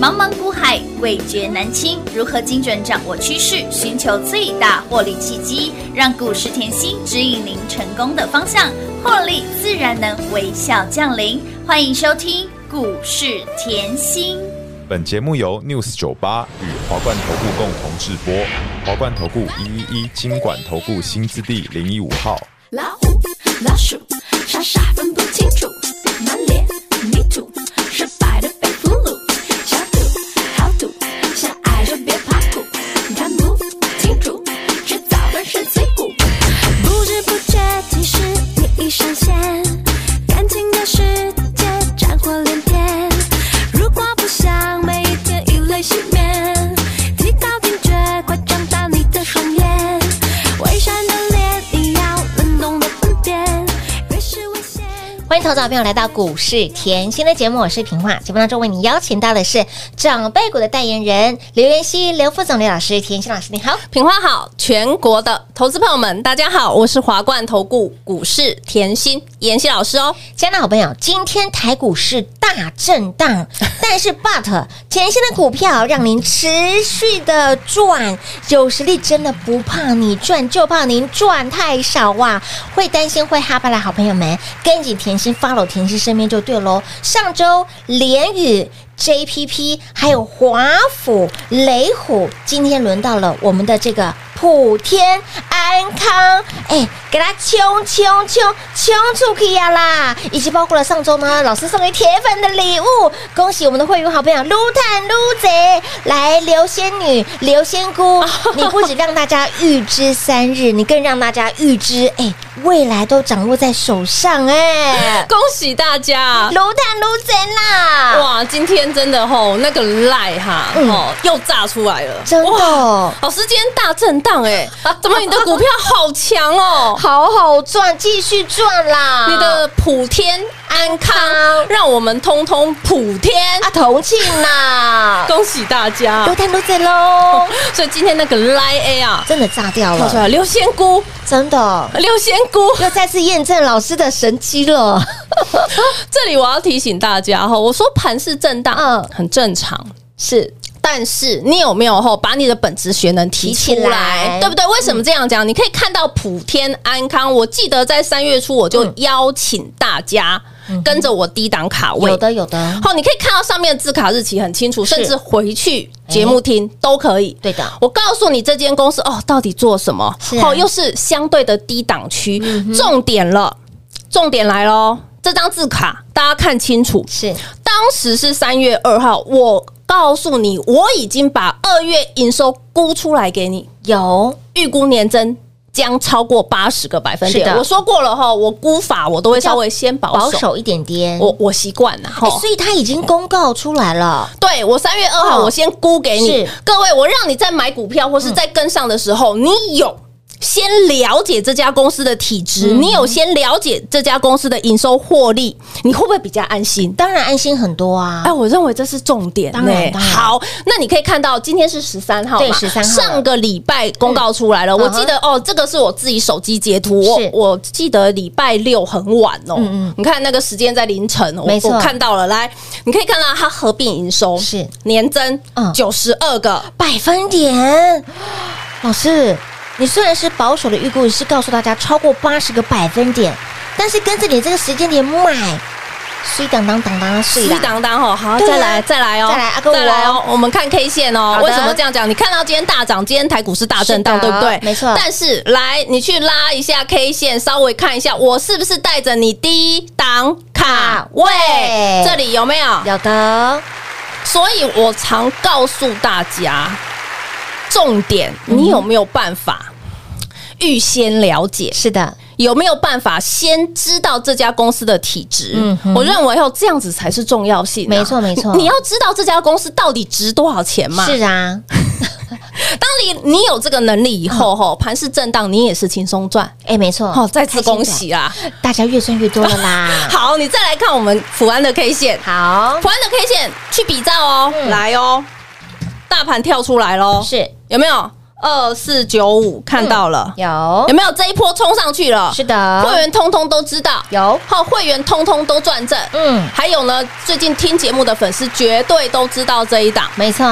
茫茫股海，味觉难清。如何精准掌握趋势，寻求最大获利契机，让股市甜心指引您成功的方向，获利自然能微笑降临。欢迎收听股市甜心。本节目由 News 九八与华冠投顾共同制播，华冠投顾一一一金管投顾新字第零一五号。老虎、老鼠，傻傻分不清楚，满脸泥土，失败的被俘虏。小赌好赌，想爱就别怕苦，看不清楚，迟早粉身碎骨。不知不觉，其实你已上线，感情的世界战火连天。如果不想每一天以泪洗面，提高警觉，快张大你的双眼。伪善的脸，你要能懂得分辨，越是危险。欢迎投资者朋友来到股市甜心的节目，我是平化。节目当中为你邀请到的是长辈股的代言人刘元熙、刘副总、刘老师、甜心老师，你好。品花好，全国的投资朋友们，大家好，我是华冠投顾股市甜心妍希老师哦。亲爱的好朋友，今天台股是大震荡，但是 but 甜心的股票让您持续的赚，有实力真的不怕你赚，就怕您赚太少啊！会担心会害怕的好朋友们，跟紧甜心，follow 甜心身边就对喽。上周连雨。JPP 还有华府、雷虎，今天轮到了我们的这个普天安康，哎，给它冲冲冲冲出去呀啦！以及包括了上周呢，老师送给铁粉的礼物，恭喜我们的会员好朋友撸探撸贼，来刘仙女、刘仙 姑，你不止让大家预知三日，你更让大家预知，哎，未来都掌握在手上 哎，恭喜大家！撸探撸贼啦！哇，今天真的吼，那个赖哈，嗯哦，又炸出来了，真的哇老师今天大震荡 哎、怎么你的股票好强哦？好好赚，继续赚啦！你的普天安康，让我们通通普天，啊，同庆呐，恭喜大家都！探都在喽，所以今天那个赖 A 啊，真的炸掉跳出了，来，刘仙姑，真的。刘仙姑，又再次验证老师的神机了，这里我要提醒大家哈，我说盘是震荡，嗯很正常。是但是你有没有吼把你的本职学能提出提起来来，对不对？为什么这样讲？你可以看到普天安康，我记得在三月初我就嗯邀请大家跟着我低档卡位有，的有的，哦好，你可以看到上面的字卡日期很清楚，是哎甚至回去节目听都可以。对的我告诉你这间公司哦，到底做什么？是啊嗯哦，又是相对的低档区，重点了，重点来喽！这张字卡大家看清楚，是当时是三月二号，我告诉你，我已经把二月营收估出来给你，有预估年增。将超过八十个百分是点，的我说过了哈，我估法我都会稍微先保守，保守一点点，我我习惯了哎哈。所以他已经公告出来了，对我三月二号，哦我先估给你是，嗯各位，我让你在买股票或是在跟上的时候，你有。先了解这家公司的体质，嗯你有先了解这家公司的营收获利，你会不会比较安心？当然安心很多啊哎，，我认为这是重点、当然呢当然好，那你可以看到今天是十三号嘛，对13号嗯上个礼拜公告出来了，我记得哦，这个是我自己手机截图，我是我记得礼拜六很晚哦，嗯嗯你看那个时间在凌晨，我没错我看到了，来，你可以看到它合并营收是年增嗯九十二个，百分点，老师，你虽然是保守的预估，是告诉大家超过八十个百分点，但是跟着你这个时间点买，碎当当当当碎一啦，当当哦，好，对啊再来再来哦，再来啊跟我再来哦，我们看 K 线哦好，的为什么这样讲？你看到今天大涨，今天台股是大震荡，是的对不对？没错但是来，你去拉一下 K 线，稍微看一下，我是不是带着你低档卡位对？这里有没有？有的，所以我常告诉大家，重点，你有没有办法预先了解？是的，有没有办法先知道这家公司的体质？嗯哼我认为哦，这样子才是重要性啊、没错没错你你要知道这家公司到底值多少钱嘛？是啊，当你你有这个能力以嗯后，吼、盘市震荡，你也是轻松赚。哎，没错，好、再次开心恭喜啦！的，大家越赚越多了啦。好，你再来看我们福安的 K 线，好，福安的 K 线去比照哦，嗯来哦，大盘跳出来喽，是有没有？二四九五看到了，有有没有这一波冲上去了？嗯是的会员通通都知道，有好，会员通通都赚正。嗯还有呢，最近听节目的粉丝绝对都知道这一档，没错，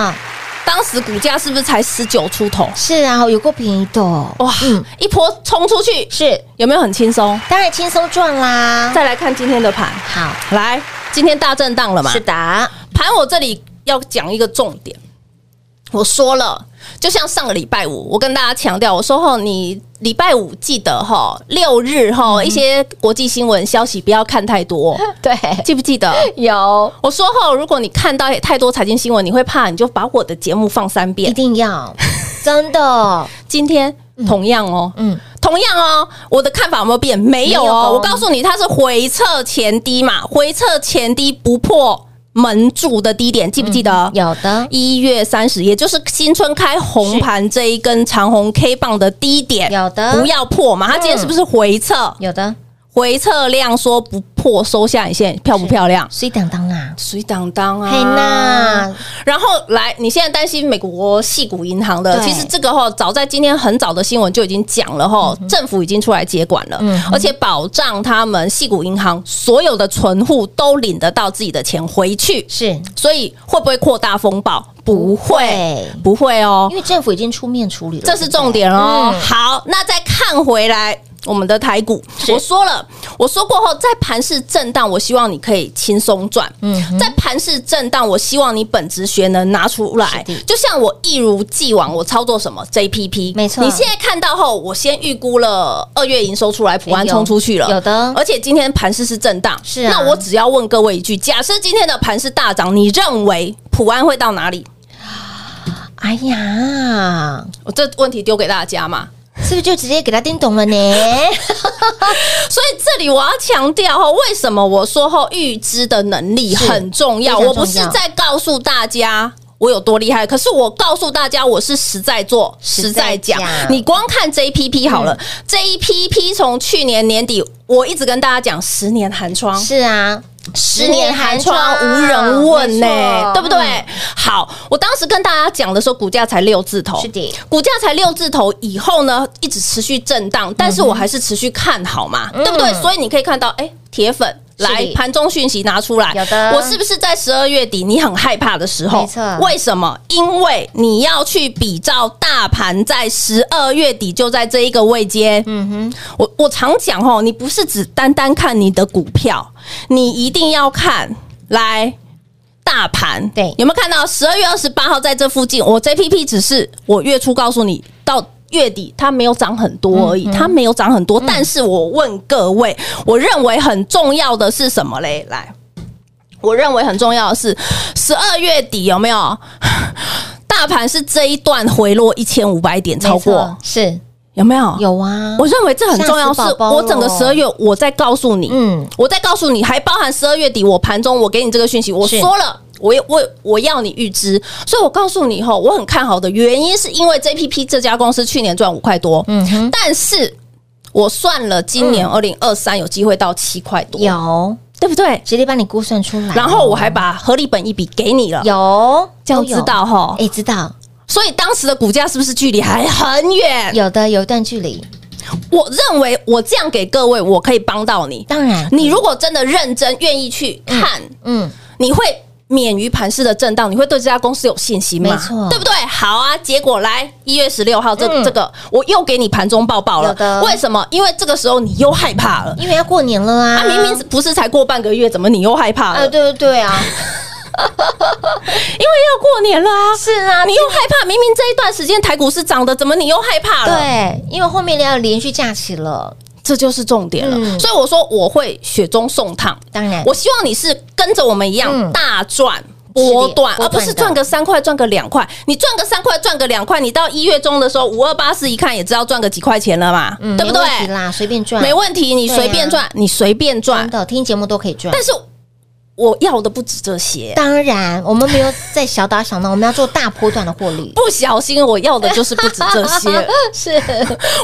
当时股价是不是才十九出头？是啊，有够便宜的哦，哇，嗯一波冲出去，是，嗯有没有很轻松？当然轻松赚啦。再来看今天的盘，好，来，今天大震荡了嘛？是的，盘我这里要讲一个重点，我说了，就像上个礼拜五，我跟大家强调，我说吼，你礼拜五记得吼，六日吼一些国际新闻消息不要看太多，嗯 对，记不记得？有我说后，如果你看到太多财经新闻，你会怕，你就把我的节目放三一遍。定要，真的，今天同样哦，嗯，同样哦，我的看法有没有变？没有没有哦，哦我告诉你，它是回撤前低嘛，回撤前低不破门柱的低点，记不记得？嗯有的，一月三十，也就是新春开红盘这一根长红 K 棒的低点，有的嗯不要破嘛。它今天是不是回撤？有的，回撤量说不破收下影线，漂不漂亮？水当当啊，水当当啊！嘿呐，然后来，你现在担心美国系股银行的，对其实这个哈、早在今天很早的新闻就已经讲了哈、政府已经出来接管了，嗯哼而且保障他们系股银行所有的存户都领得到自己的钱回去，是所以会不会扩大风暴？不会，不会哦因，为政府已经出面处理了，这是重点哦。嗯好，那再看回来我们的台股，我说了，我说过后，在盘市震荡，我希望你可以轻松赚。嗯，在盘市震荡，我希望你本职学能拿出来是的。就像我一如既往，我操作什么 JPP，没错你现在看到后，我先预估了二月营收出来，普安哎有冲出去了，有的而且今天盘市是震荡，是啊那我只要问各位一句：假设今天的盘是大涨，你认为普安会到哪里？哎呀，我这问题丢给大家嘛。是不是就直接给他叮咚了呢？所以这里我要强调哈，为什么我说哈预知的能力是很重要？非常重要我不是在告诉大家。我有多厉害？可是我告诉大家，我是实在做，实实在在讲嗯讲。你光看 JPP 好了、j p p 从去年年底，我一直跟大家讲，十年寒窗，是啊，十年寒窗无人问呢、没错对不对、嗯好，我当时跟大家讲的时候，股价才六字头，是的，股价才六字头，以后呢一直持续震荡，但是我还是持续看好嘛，对不对？所以你可以看到，哎，铁粉。嗯是的来盘中讯息拿出来，有的我是不是在十二月底你很害怕的时候？没错为什么？因为你要去比照大盘在十二月底就在这一个位阶，嗯哼，我我常讲哦，你不是只单单看你的股票，你一定要看来大盘。对有没有看到十二月二十八号在这附近？我 JPP 只是我月初告诉你到。月底它没有涨很多而已，嗯它没有涨很多，但是我问各位，我认为很重要的是什么嘞？来，我认为很重要的是十二月底有没有大盘是这一段回落一千五百点超过没错是有没有？有啊，我认为这很重要，是吓死宝宝了我整个十二月我在告诉你，嗯我在告诉你，还包含十二月底我盘中我给你这个讯息，我是说了。我我我要你预知，所以我告诉你吼，我很看好的原因是因为 JPP 这家公司去年赚五块多，嗯哼，但是我算了今年二零二三有机会到七块多，有对不对？直接帮你估算出来，然后我还把合理本一笔给你了，有这样都有知道吼哎，知道所以当时的股价是不是距离还很远？有的有一段距离，我认为我这样给各位，我可以帮到你，当然你如果真的认真愿意去看，嗯你会免于盘市的震荡，你会对这家公司有信心嘛？没错对不对？好啊，结果来一月十六号这、嗯这个，我又给你盘中报报有的嗯了。为什么？因为这个时候你又害怕了。因为要过年了啊，啊，明明不是才过半个月，怎么你又害怕了？啊，对对对 啊，因为要过年了啊，是啊，你又害怕。明明这一段时间台股是涨的，怎么你又害怕了？，对，因为后面要连续假期了，这就是重点了。嗯所以我说我会雪中送炭。当然我希望你是跟着我们一样嗯大赚。波段，是的而不是波段的赚个三块，赚个两块。你赚个三块，赚个两块，你到一月中的时候，五二八四一看也知道赚个几块钱了嘛，嗯对不没对？问题啦，随便赚，啊没问题，你随便赚，你随便赚真。的听节目都可以赚但，是我要的不止这些。当然，我们没有在小打小闹，我们要做大波段的获利。不小心，我要的就是不止这些。 是，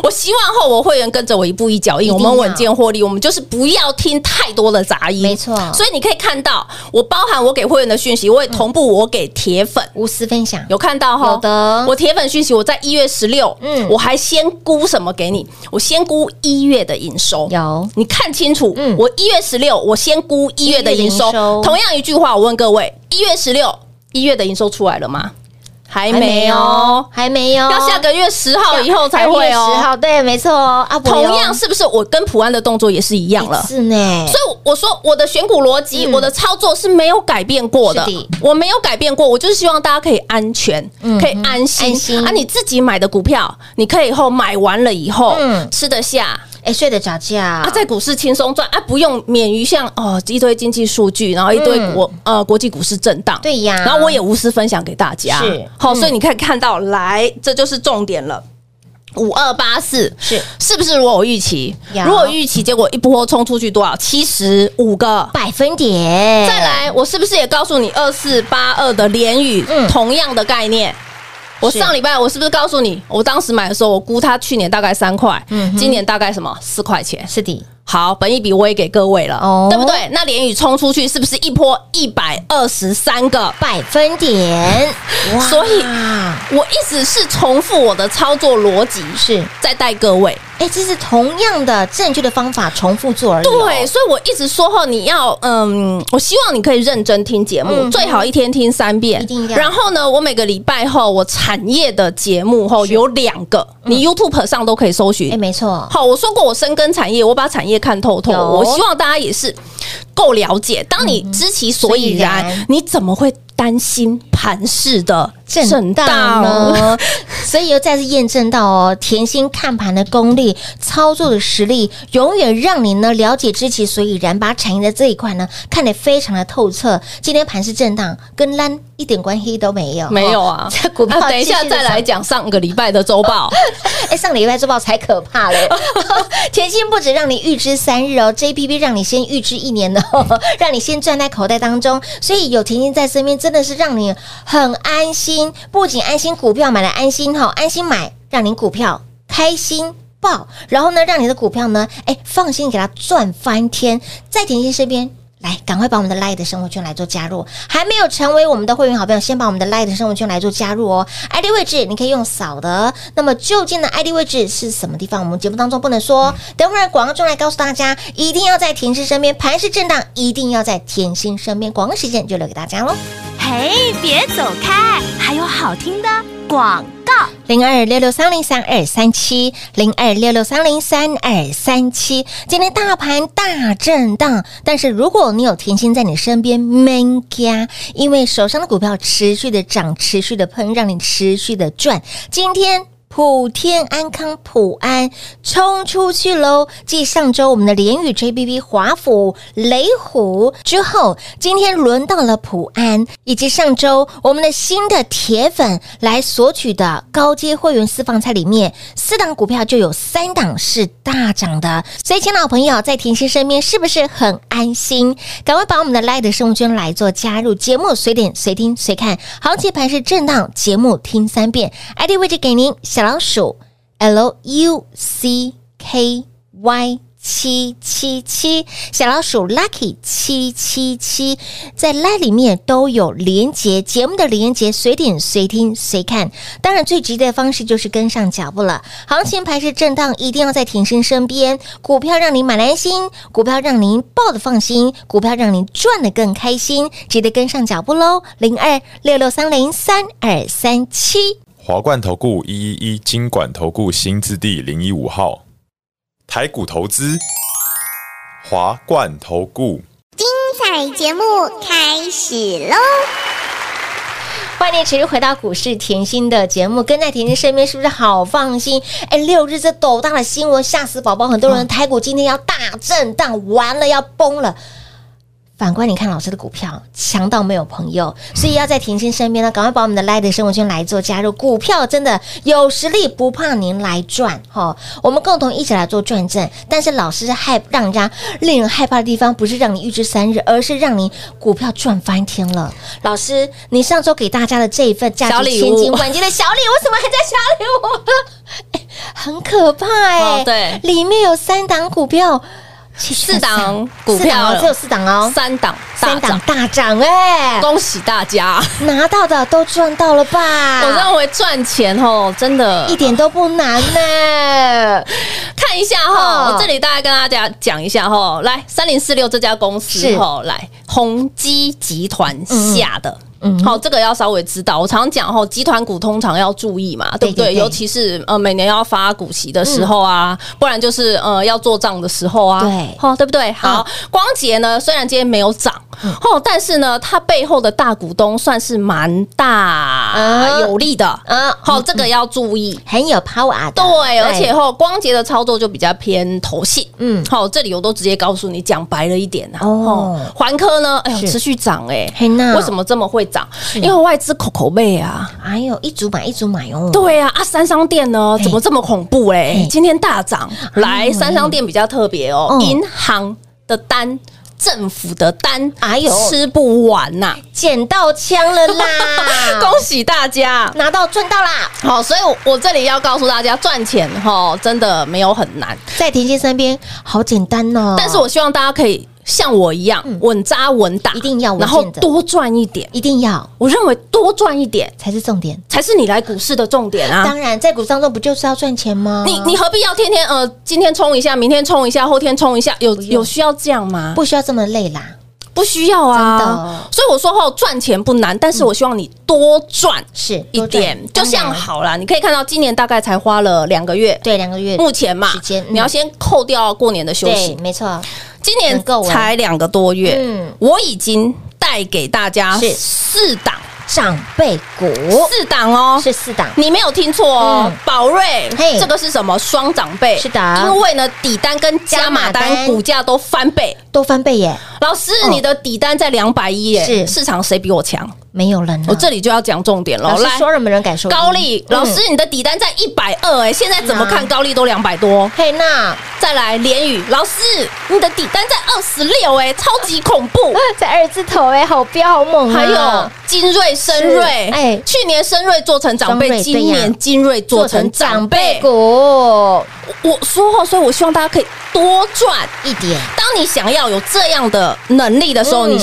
我希望后我会员跟着我一步一脚印，一我定要们稳健获利。我们就是不要听太多的杂音，没错所以你可以看到，我包含我给会员的讯息，我也同步我给铁粉。无私分享，有看到哈？有的我铁粉讯息，我在一月十六，嗯嗯，我还先估什么给你？我先估一月的营收，有你看清楚，嗯我一月十六，我先估一月的营一月的营收。收同样一句话，我问各位，一月十六，一月的营收出来了吗？还没哦，还没有，要下个月十号以后才会哦。十号对，没错哦。啊，不同留样是不是我跟普安的动作也是一样了？是呢，所以我说我的选股逻辑、哦嗯我的操作是没有改变过的是的我没有改变过，我就是希望大家可以安全，嗯可以安心安心啊！你自己买的股票，你可以以后买完了以后、嗯吃得下。哎，睡得着觉啊，在股市轻松赚啊，不用免于像哦一堆经济数据，然后一堆国、呃国际股市震荡，嗯对呀然后我也无私分享给大家，是嗯好、所以你可以看到，来，这就是重点了。五二八四是是不是如我预期有？如我预期，结果一波冲出去多少？七十五个。百分点，再来，我是不是也告诉你二四八二的联宇、嗯同样的概念？我是上礼拜我是不是告诉你，我当时买的时候，我估它去年大概三块，嗯哼今年大概什么四块钱？是的，好，本一笔我也给各位了，哦对不对？那联宇冲出去是不是一波一百二十三个？百分点，哇 所以我一直是重复我的操作逻辑，是在带各位。哎，这是同样的正确的方法，重复做而已哦。对，所以我一直说后你要，嗯，我希望你可以认真听节目，嗯最好一天听三遍。一定要然后呢，我每个礼拜后我产业的节目后有两个，你 YouTube 上都可以搜寻嗯哎，。没错，好，我说过我深耕产业，我把产业看透透。有嗯我希望大家也是够了解，当你知其所以然，所以然你怎么会担心盘市的震荡呢？ 所以又再次验证到哦，甜心看盘的功力、操作的实力，永远让你呢了解知其所以然，把产业的这一块呢看得非常的透彻。今天盘是震荡，跟烂一点关系都没有，没有 啊哦，这股票、啊等一下再来。讲上个礼拜的周 报。哎，上礼拜周报才可怕嘞！甜心不止让你预支三日哦，JPP 让你先预支一年哦， 让你先赚在口袋当中。所以有甜心在身边，真的是让你很安心，不仅安心股票买了安心哈、安心买，让您股票开心。爆，然后呢，让你的股票呢，哎，放心给它赚翻天。在甜心身边，来，赶快把我们的 Light 生活圈来做加入。还没有成为我们的会员好朋友，先把我们的 Light 生活圈来做加入哦。ID 位置你可以用扫的。那么究竟的 ID 位置是什么地方？我们节目当中不能说哦。等会儿广告中来告诉大家，一定要在甜心身边，盘势震荡一定要在甜心身边。广告时间就留给大家喽。嘿，别走开，还有好听的广告。零二六六三零三二三七，零二六六三零三二三七。今天大盘大震荡，但是如果你有甜心在你身边，man 家，因为手上的股票持续的涨，持续的喷，让你持续的赚。今天。普天安康普安冲出去喽！继上周我们的联宇 JBB 华府雷虎之后，今天轮到了普安，以及上周我们的新的铁粉来索取的高阶会员私房菜里面，四档股票就有三档是大涨的，所以，亲老朋友在甜心身边是不是很安心？赶快把我们的 Light 生物圈来做加入，节目随点随听随看，行情盘是震荡，节目听三遍，ID 位置给您小老鼠 L U C K Y。七七七小老鼠 Lucky 七七七，在 Live 里面都有连接节目的连接，随点随听随看。当然，最直接的方式就是跟上脚步了。行情盘是震荡，一定要在挺身身边。股票让您买的安心，股票让您抱的放心，股票让您赚的更开心。记得跟上脚步喽，零二六六三零三二三七。华冠投顾一一一金管投顾新字第零一五号，台股投资，华冠投顾。彩节目开始喽！欢迎你持续回到股市甜心的节目，跟在甜心身边是不是好放心？哎，六日这斗大的新闻吓死宝宝，很多人台股今天要大震荡，完了要崩了。反观你看老师的股票强到没有朋友，所以要在甜心身边呢，赶快把我们的 Light 生活圈来做加入。股票真的有实力，不怕您来赚哈、哦我们共同一起来做转正。但是老师害让人家令人害怕的地方，不是让你预知三日，而是让你股票赚翻天了。老师，你上周给大家的这一份价小值礼千金物万金的小礼物，怎么还在小礼物？ 哎很可怕哎、哦对里面有三档股票，四四档股四档票哦只有四档哦，三档大三档涨，大涨哎、恭喜大家！拿到的都赚到了吧？我认为赚钱哦，真的一点都不难呢、看一下哈，哦我这里大概跟大家讲一下哈，来三零四六这家公司是哈，来宏基集团下的。嗯嗯，好，这个要稍微知道。我常讲吼，集团股通常要注意嘛，对不对？对对对尤其是呃每年要发股息的时候啊，不然就是呃要做账的时候啊，对好，对不对？好，光捷呢，虽然今天没有涨，哦，但是呢，它背后的大股东算是蛮大嗯有利的，啊，好，这个要注意。很有 power 的，哎对，而且吼，光洁的操作就比较偏投信。嗯好，这里我都直接告诉你，讲白了一点啊。哦哦，环科呢，哎呦，是持续涨哎嘿呐，为什么这么会涨？因为外资口口背啊。哎呦，一组买一组买哦，对啊，啊，三商店呢嘿怎么这么恐怖嘞嘿？今天大涨，来三商店比较特别哦，嗯银行的单。政府的单，哎呦吃不完呐、捡到枪了 啦，恭喜大家！拿到赚到啦，啊好，所以我我这里要告诉大家，赚钱哈、哦、真的没有很难，在甜心身边好简单哦，但是我希望大家可以像我一样稳扎稳打，嗯一定要稳然后健的多赚一点。一定要我认为多赚一点才是重点。才是你来股市的重点啊！当嗯然，在股市当中不就是要赚钱吗？你你何必要天天呃，今天冲一下，明天冲一下，后天冲一下，有有需要这样吗？不需要这么累啦，不需要真的啊！所以我说后赚钱不难，但是我希望你多赚是一点，就像。多赚当然好啦，你可以看到今年大概才花了两个月，对，两个月目前嘛时间，嗯你要先扣掉过年的休息对，，没错，今年能够玩才两个多月，嗯我已经带给大家是四档，长辈股四档哦。是四档，你没有听错哦嗯，宝瑞嘿，这个是什么双长辈？是的因为呢底单跟加码加码单单股价都翻倍。多翻倍耶，老师嗯，你的底单在两百一耶，是市场谁比我强？没有人了。我哦这里就要讲重点老了，师说了，没人敢说高丽嗯老师，你的底单在一百二，哎，现在怎么嗯看高丽都两百多。嘿，那啊再来联宇老师，你的底单在二十六，哎，超级恐怖。在二字头哎，好彪，好猛啊！还有精锐、深是锐，哎哎，去年深锐做成长双辈，锐今对呀年精锐做成长辈。股我说后，所以我希望大家可以多赚。一点，当你想要有这样的能力的时候，嗯你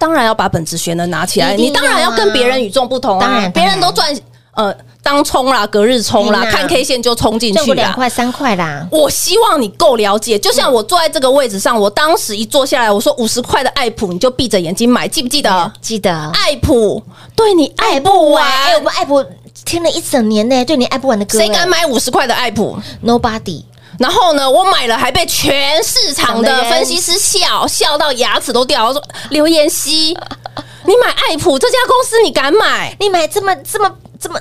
当然要把本职学能拿起来，一定你当然要要啊跟别人与众不同当然当然！啊别人都赚，呃，当冲啦，隔日冲啦嗯啊，看 K 线就冲进赚去过两啦。块三块啦，我希望你够了解，就像我坐在这个位置上，我当时一坐下来，我说五十块的爱普，你就闭着眼睛买，记不记得？记得爱普对你爱不完，哎，我们爱普听了一整年呢，对你爱不完的歌，谁敢买五十块的爱普？ ？Nobody，然后呢，我买了还被全市场场的的人分析师笑笑到牙齿都掉。我说刘妍希， 你买爱普这家公司你敢买？你买这么这么这么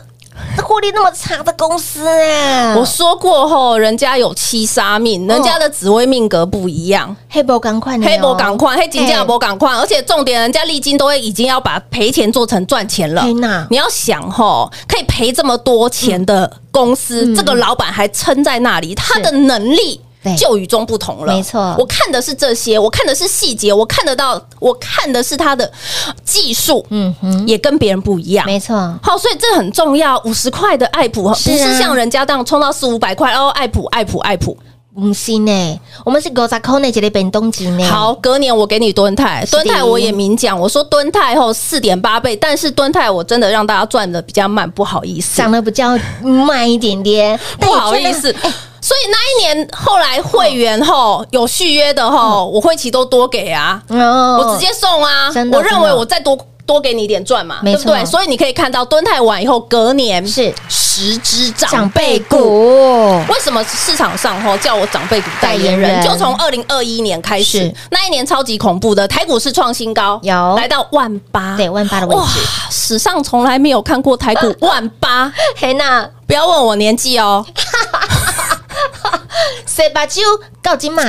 获利那么差的公司哎，我说过吼，人家有七杀命，人家的紫微命格不一样，黑博赶快呢哦，黑博赶快，黑金价嘿博赶快，而且重点，人家历经都会已经要把赔钱做成赚钱了嘿呐。你要想吼，可以赔这么多钱的公嗯司，这个老板还撑在那里，他的能力对。就与众不同了，没错我看的是这些，我看的是细节，我看得到，我看的是他的技术，嗯哼，也跟别人不一样。没错，好，所以这很重要。五十块的爱普，是啊不是像人家这样冲到四五百块哦，爱普，爱普，爱普。不是呢，我们是狗仔扣内节的本东吉呢，好，隔年我给你蹲泰，的蹲泰我也明讲，我说蹲泰后四点八倍，但是蹲泰我真的让大家赚的比较慢，不好意思长，得比较慢一点 点，但不也好赚得意思。所以那一年后来会员后有续约的后，我会期都多给啊，哦我直接送啊嗯真，的我认真为的我再多。多给你一点赚嘛，没对错不对？所以你可以看到蹲泰完以后，隔年是十只长长辈辈股，股，为什么市场上吼叫我长辈股代言代言人？人就从二零二一年开始是，那一年超级恐怖的，台股市创新高，有来到万八，对万八的位哇置，，史上从来没有看过台股万 八，嘿那不要问我年纪哦，塞把酒告金嘛，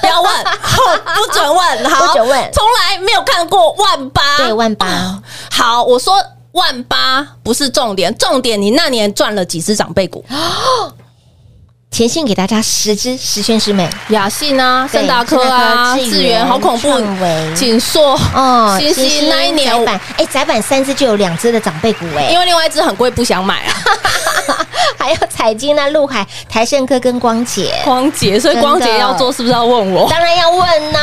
不要问，好不准问，好，不准问从来没有看过万八，对，万八、哦好，我说万八不是重点，重点你那年赚了几只长辈股？甜心给大家十只，十全十美。雅信啊，对森达科啊，森达科智源，好恐怖创维，锦硕哦，星星那一年窄，板，哎，窄板三只就有两只的长辈股哎因，为另外一只很贵，不想买啊， 还有彩金啊、陆海、台盛科跟光姐，光洁，所以真的光洁要做是不是要问我？当然要问呐。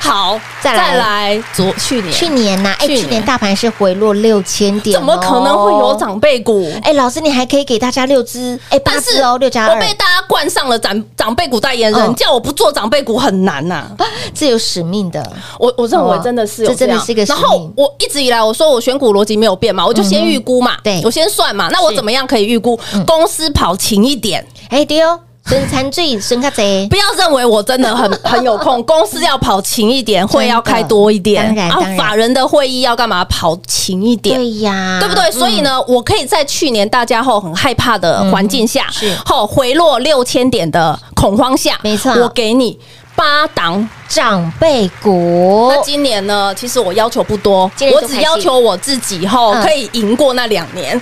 好，再来来，昨去年去年呐，哎，去年去年大盘是回落六千点哦，怎么可能会有长辈股？哎，老师，你还可以给大家六只，哎，八但是只哦，六加我二，被大家冠上了长长辈股代言人，嗯叫我不做长辈股很难啊呐、这有使命的，我我认为真的是有哦这真的样是一个使然命后我一直以来我说我选股逻辑没有变嘛，我就先预估嘛，对嗯我先算嘛。那我怎么样可以预估公司跑勤一点？哎，对哦，生产最生卡贼，不要认为我真的很 很有空，公司要跑勤一点，会要开多一点，啊当然当然法人的会议要干嘛？跑勤一点。对呀， 嗯对不对？所以呢，我可以在去年大家后很害怕的环境下，是后回落六千点的恐慌下，没错我给你八档。嗯长辈股那今年呢？其实我要求不多哦今，年我就开只心要求我自己后嗯可以赢过那两 年。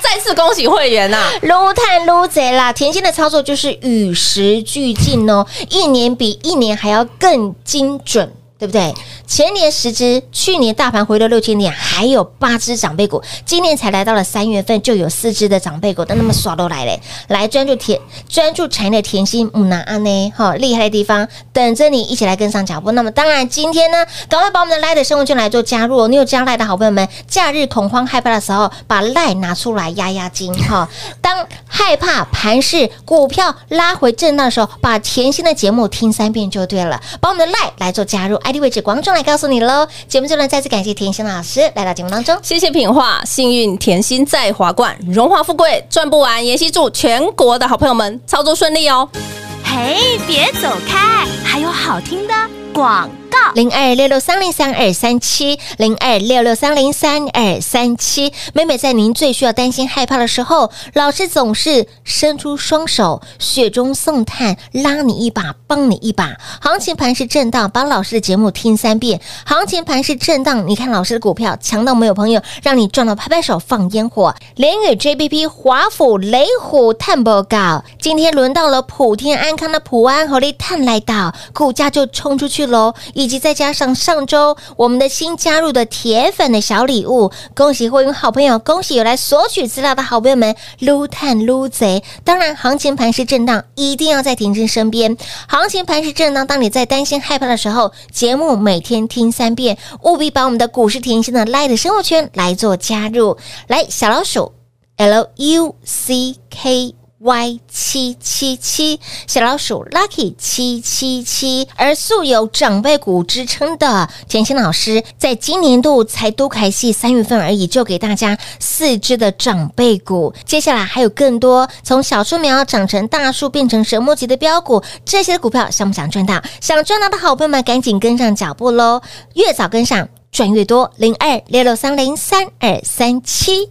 再次恭喜会员呐！啊撸探撸贼啦！甜心的操作就是与时俱进哦，一年比一年还要更精准。对不对？前年十只，去年大盘回了六千点，还有八只长辈股，今年才来到了三月份，就有四只的长辈股，但那么耍都来嘞，来专注甜专注产业的甜心，嗯呐安呢，好、厉害的地方等着你一起来跟上脚步。那么当然，今天呢，赶快把我们的 Light 生活圈来做加入、哦，你有加 Light 的好朋友们，假日恐慌害怕的时候，把 Light 拿出来压压惊哈、当害怕盘势股票拉回震荡的时候，把甜心的节目听三遍就对了，把我们的 Light 来做加入，ID 位置广众来告诉你喽。节目最后呢，再次感谢甜心老师来到节目当中。谢谢品画，幸运甜心在华冠，荣华富贵赚不完。妍希祝全国的好朋友们操作顺利哦！嘿，别走开，还有好听的广告。零二六六三零三二三七，零二六六三零三二三七。每每在您最需要担心、害怕的时候，老师总是伸出双手，雪中送炭，拉你一把，帮你一把。行情盘是震荡，把老师的节目听三遍。行情盘是震荡，你看老师的股票强到没有朋友，让你赚到拍拍手放烟火。联宇 JPP、华府、雷虎、探报告，今天轮到了普天安康的普安和力探来到，股价就冲出去喽。以及再加上上周我们的新加入的铁粉的小礼物，恭喜会员好朋友，恭喜有来索取资料的好朋友们，撸探撸贼。当然，行情盘是震荡，一定要在婷婷身边。行情盘是震荡，当你在担心害怕的时候，节目每天听三遍，务必把我们的股市甜心的 Light 生活圈来做加入。来，小老鼠 L U C K。Y 七七七小老鼠 Lucky 七七七，而素有长辈股之称的甜心老师，在今年度才都开戏三月份而已，就给大家四只的长辈股，接下来还有更多从小树苗长成大树，变成神木级的标股，这些的股票想不想赚到？想赚到的好朋友们，赶紧跟上脚步喽！越早跟上，赚越多。零二六六三零三二三七。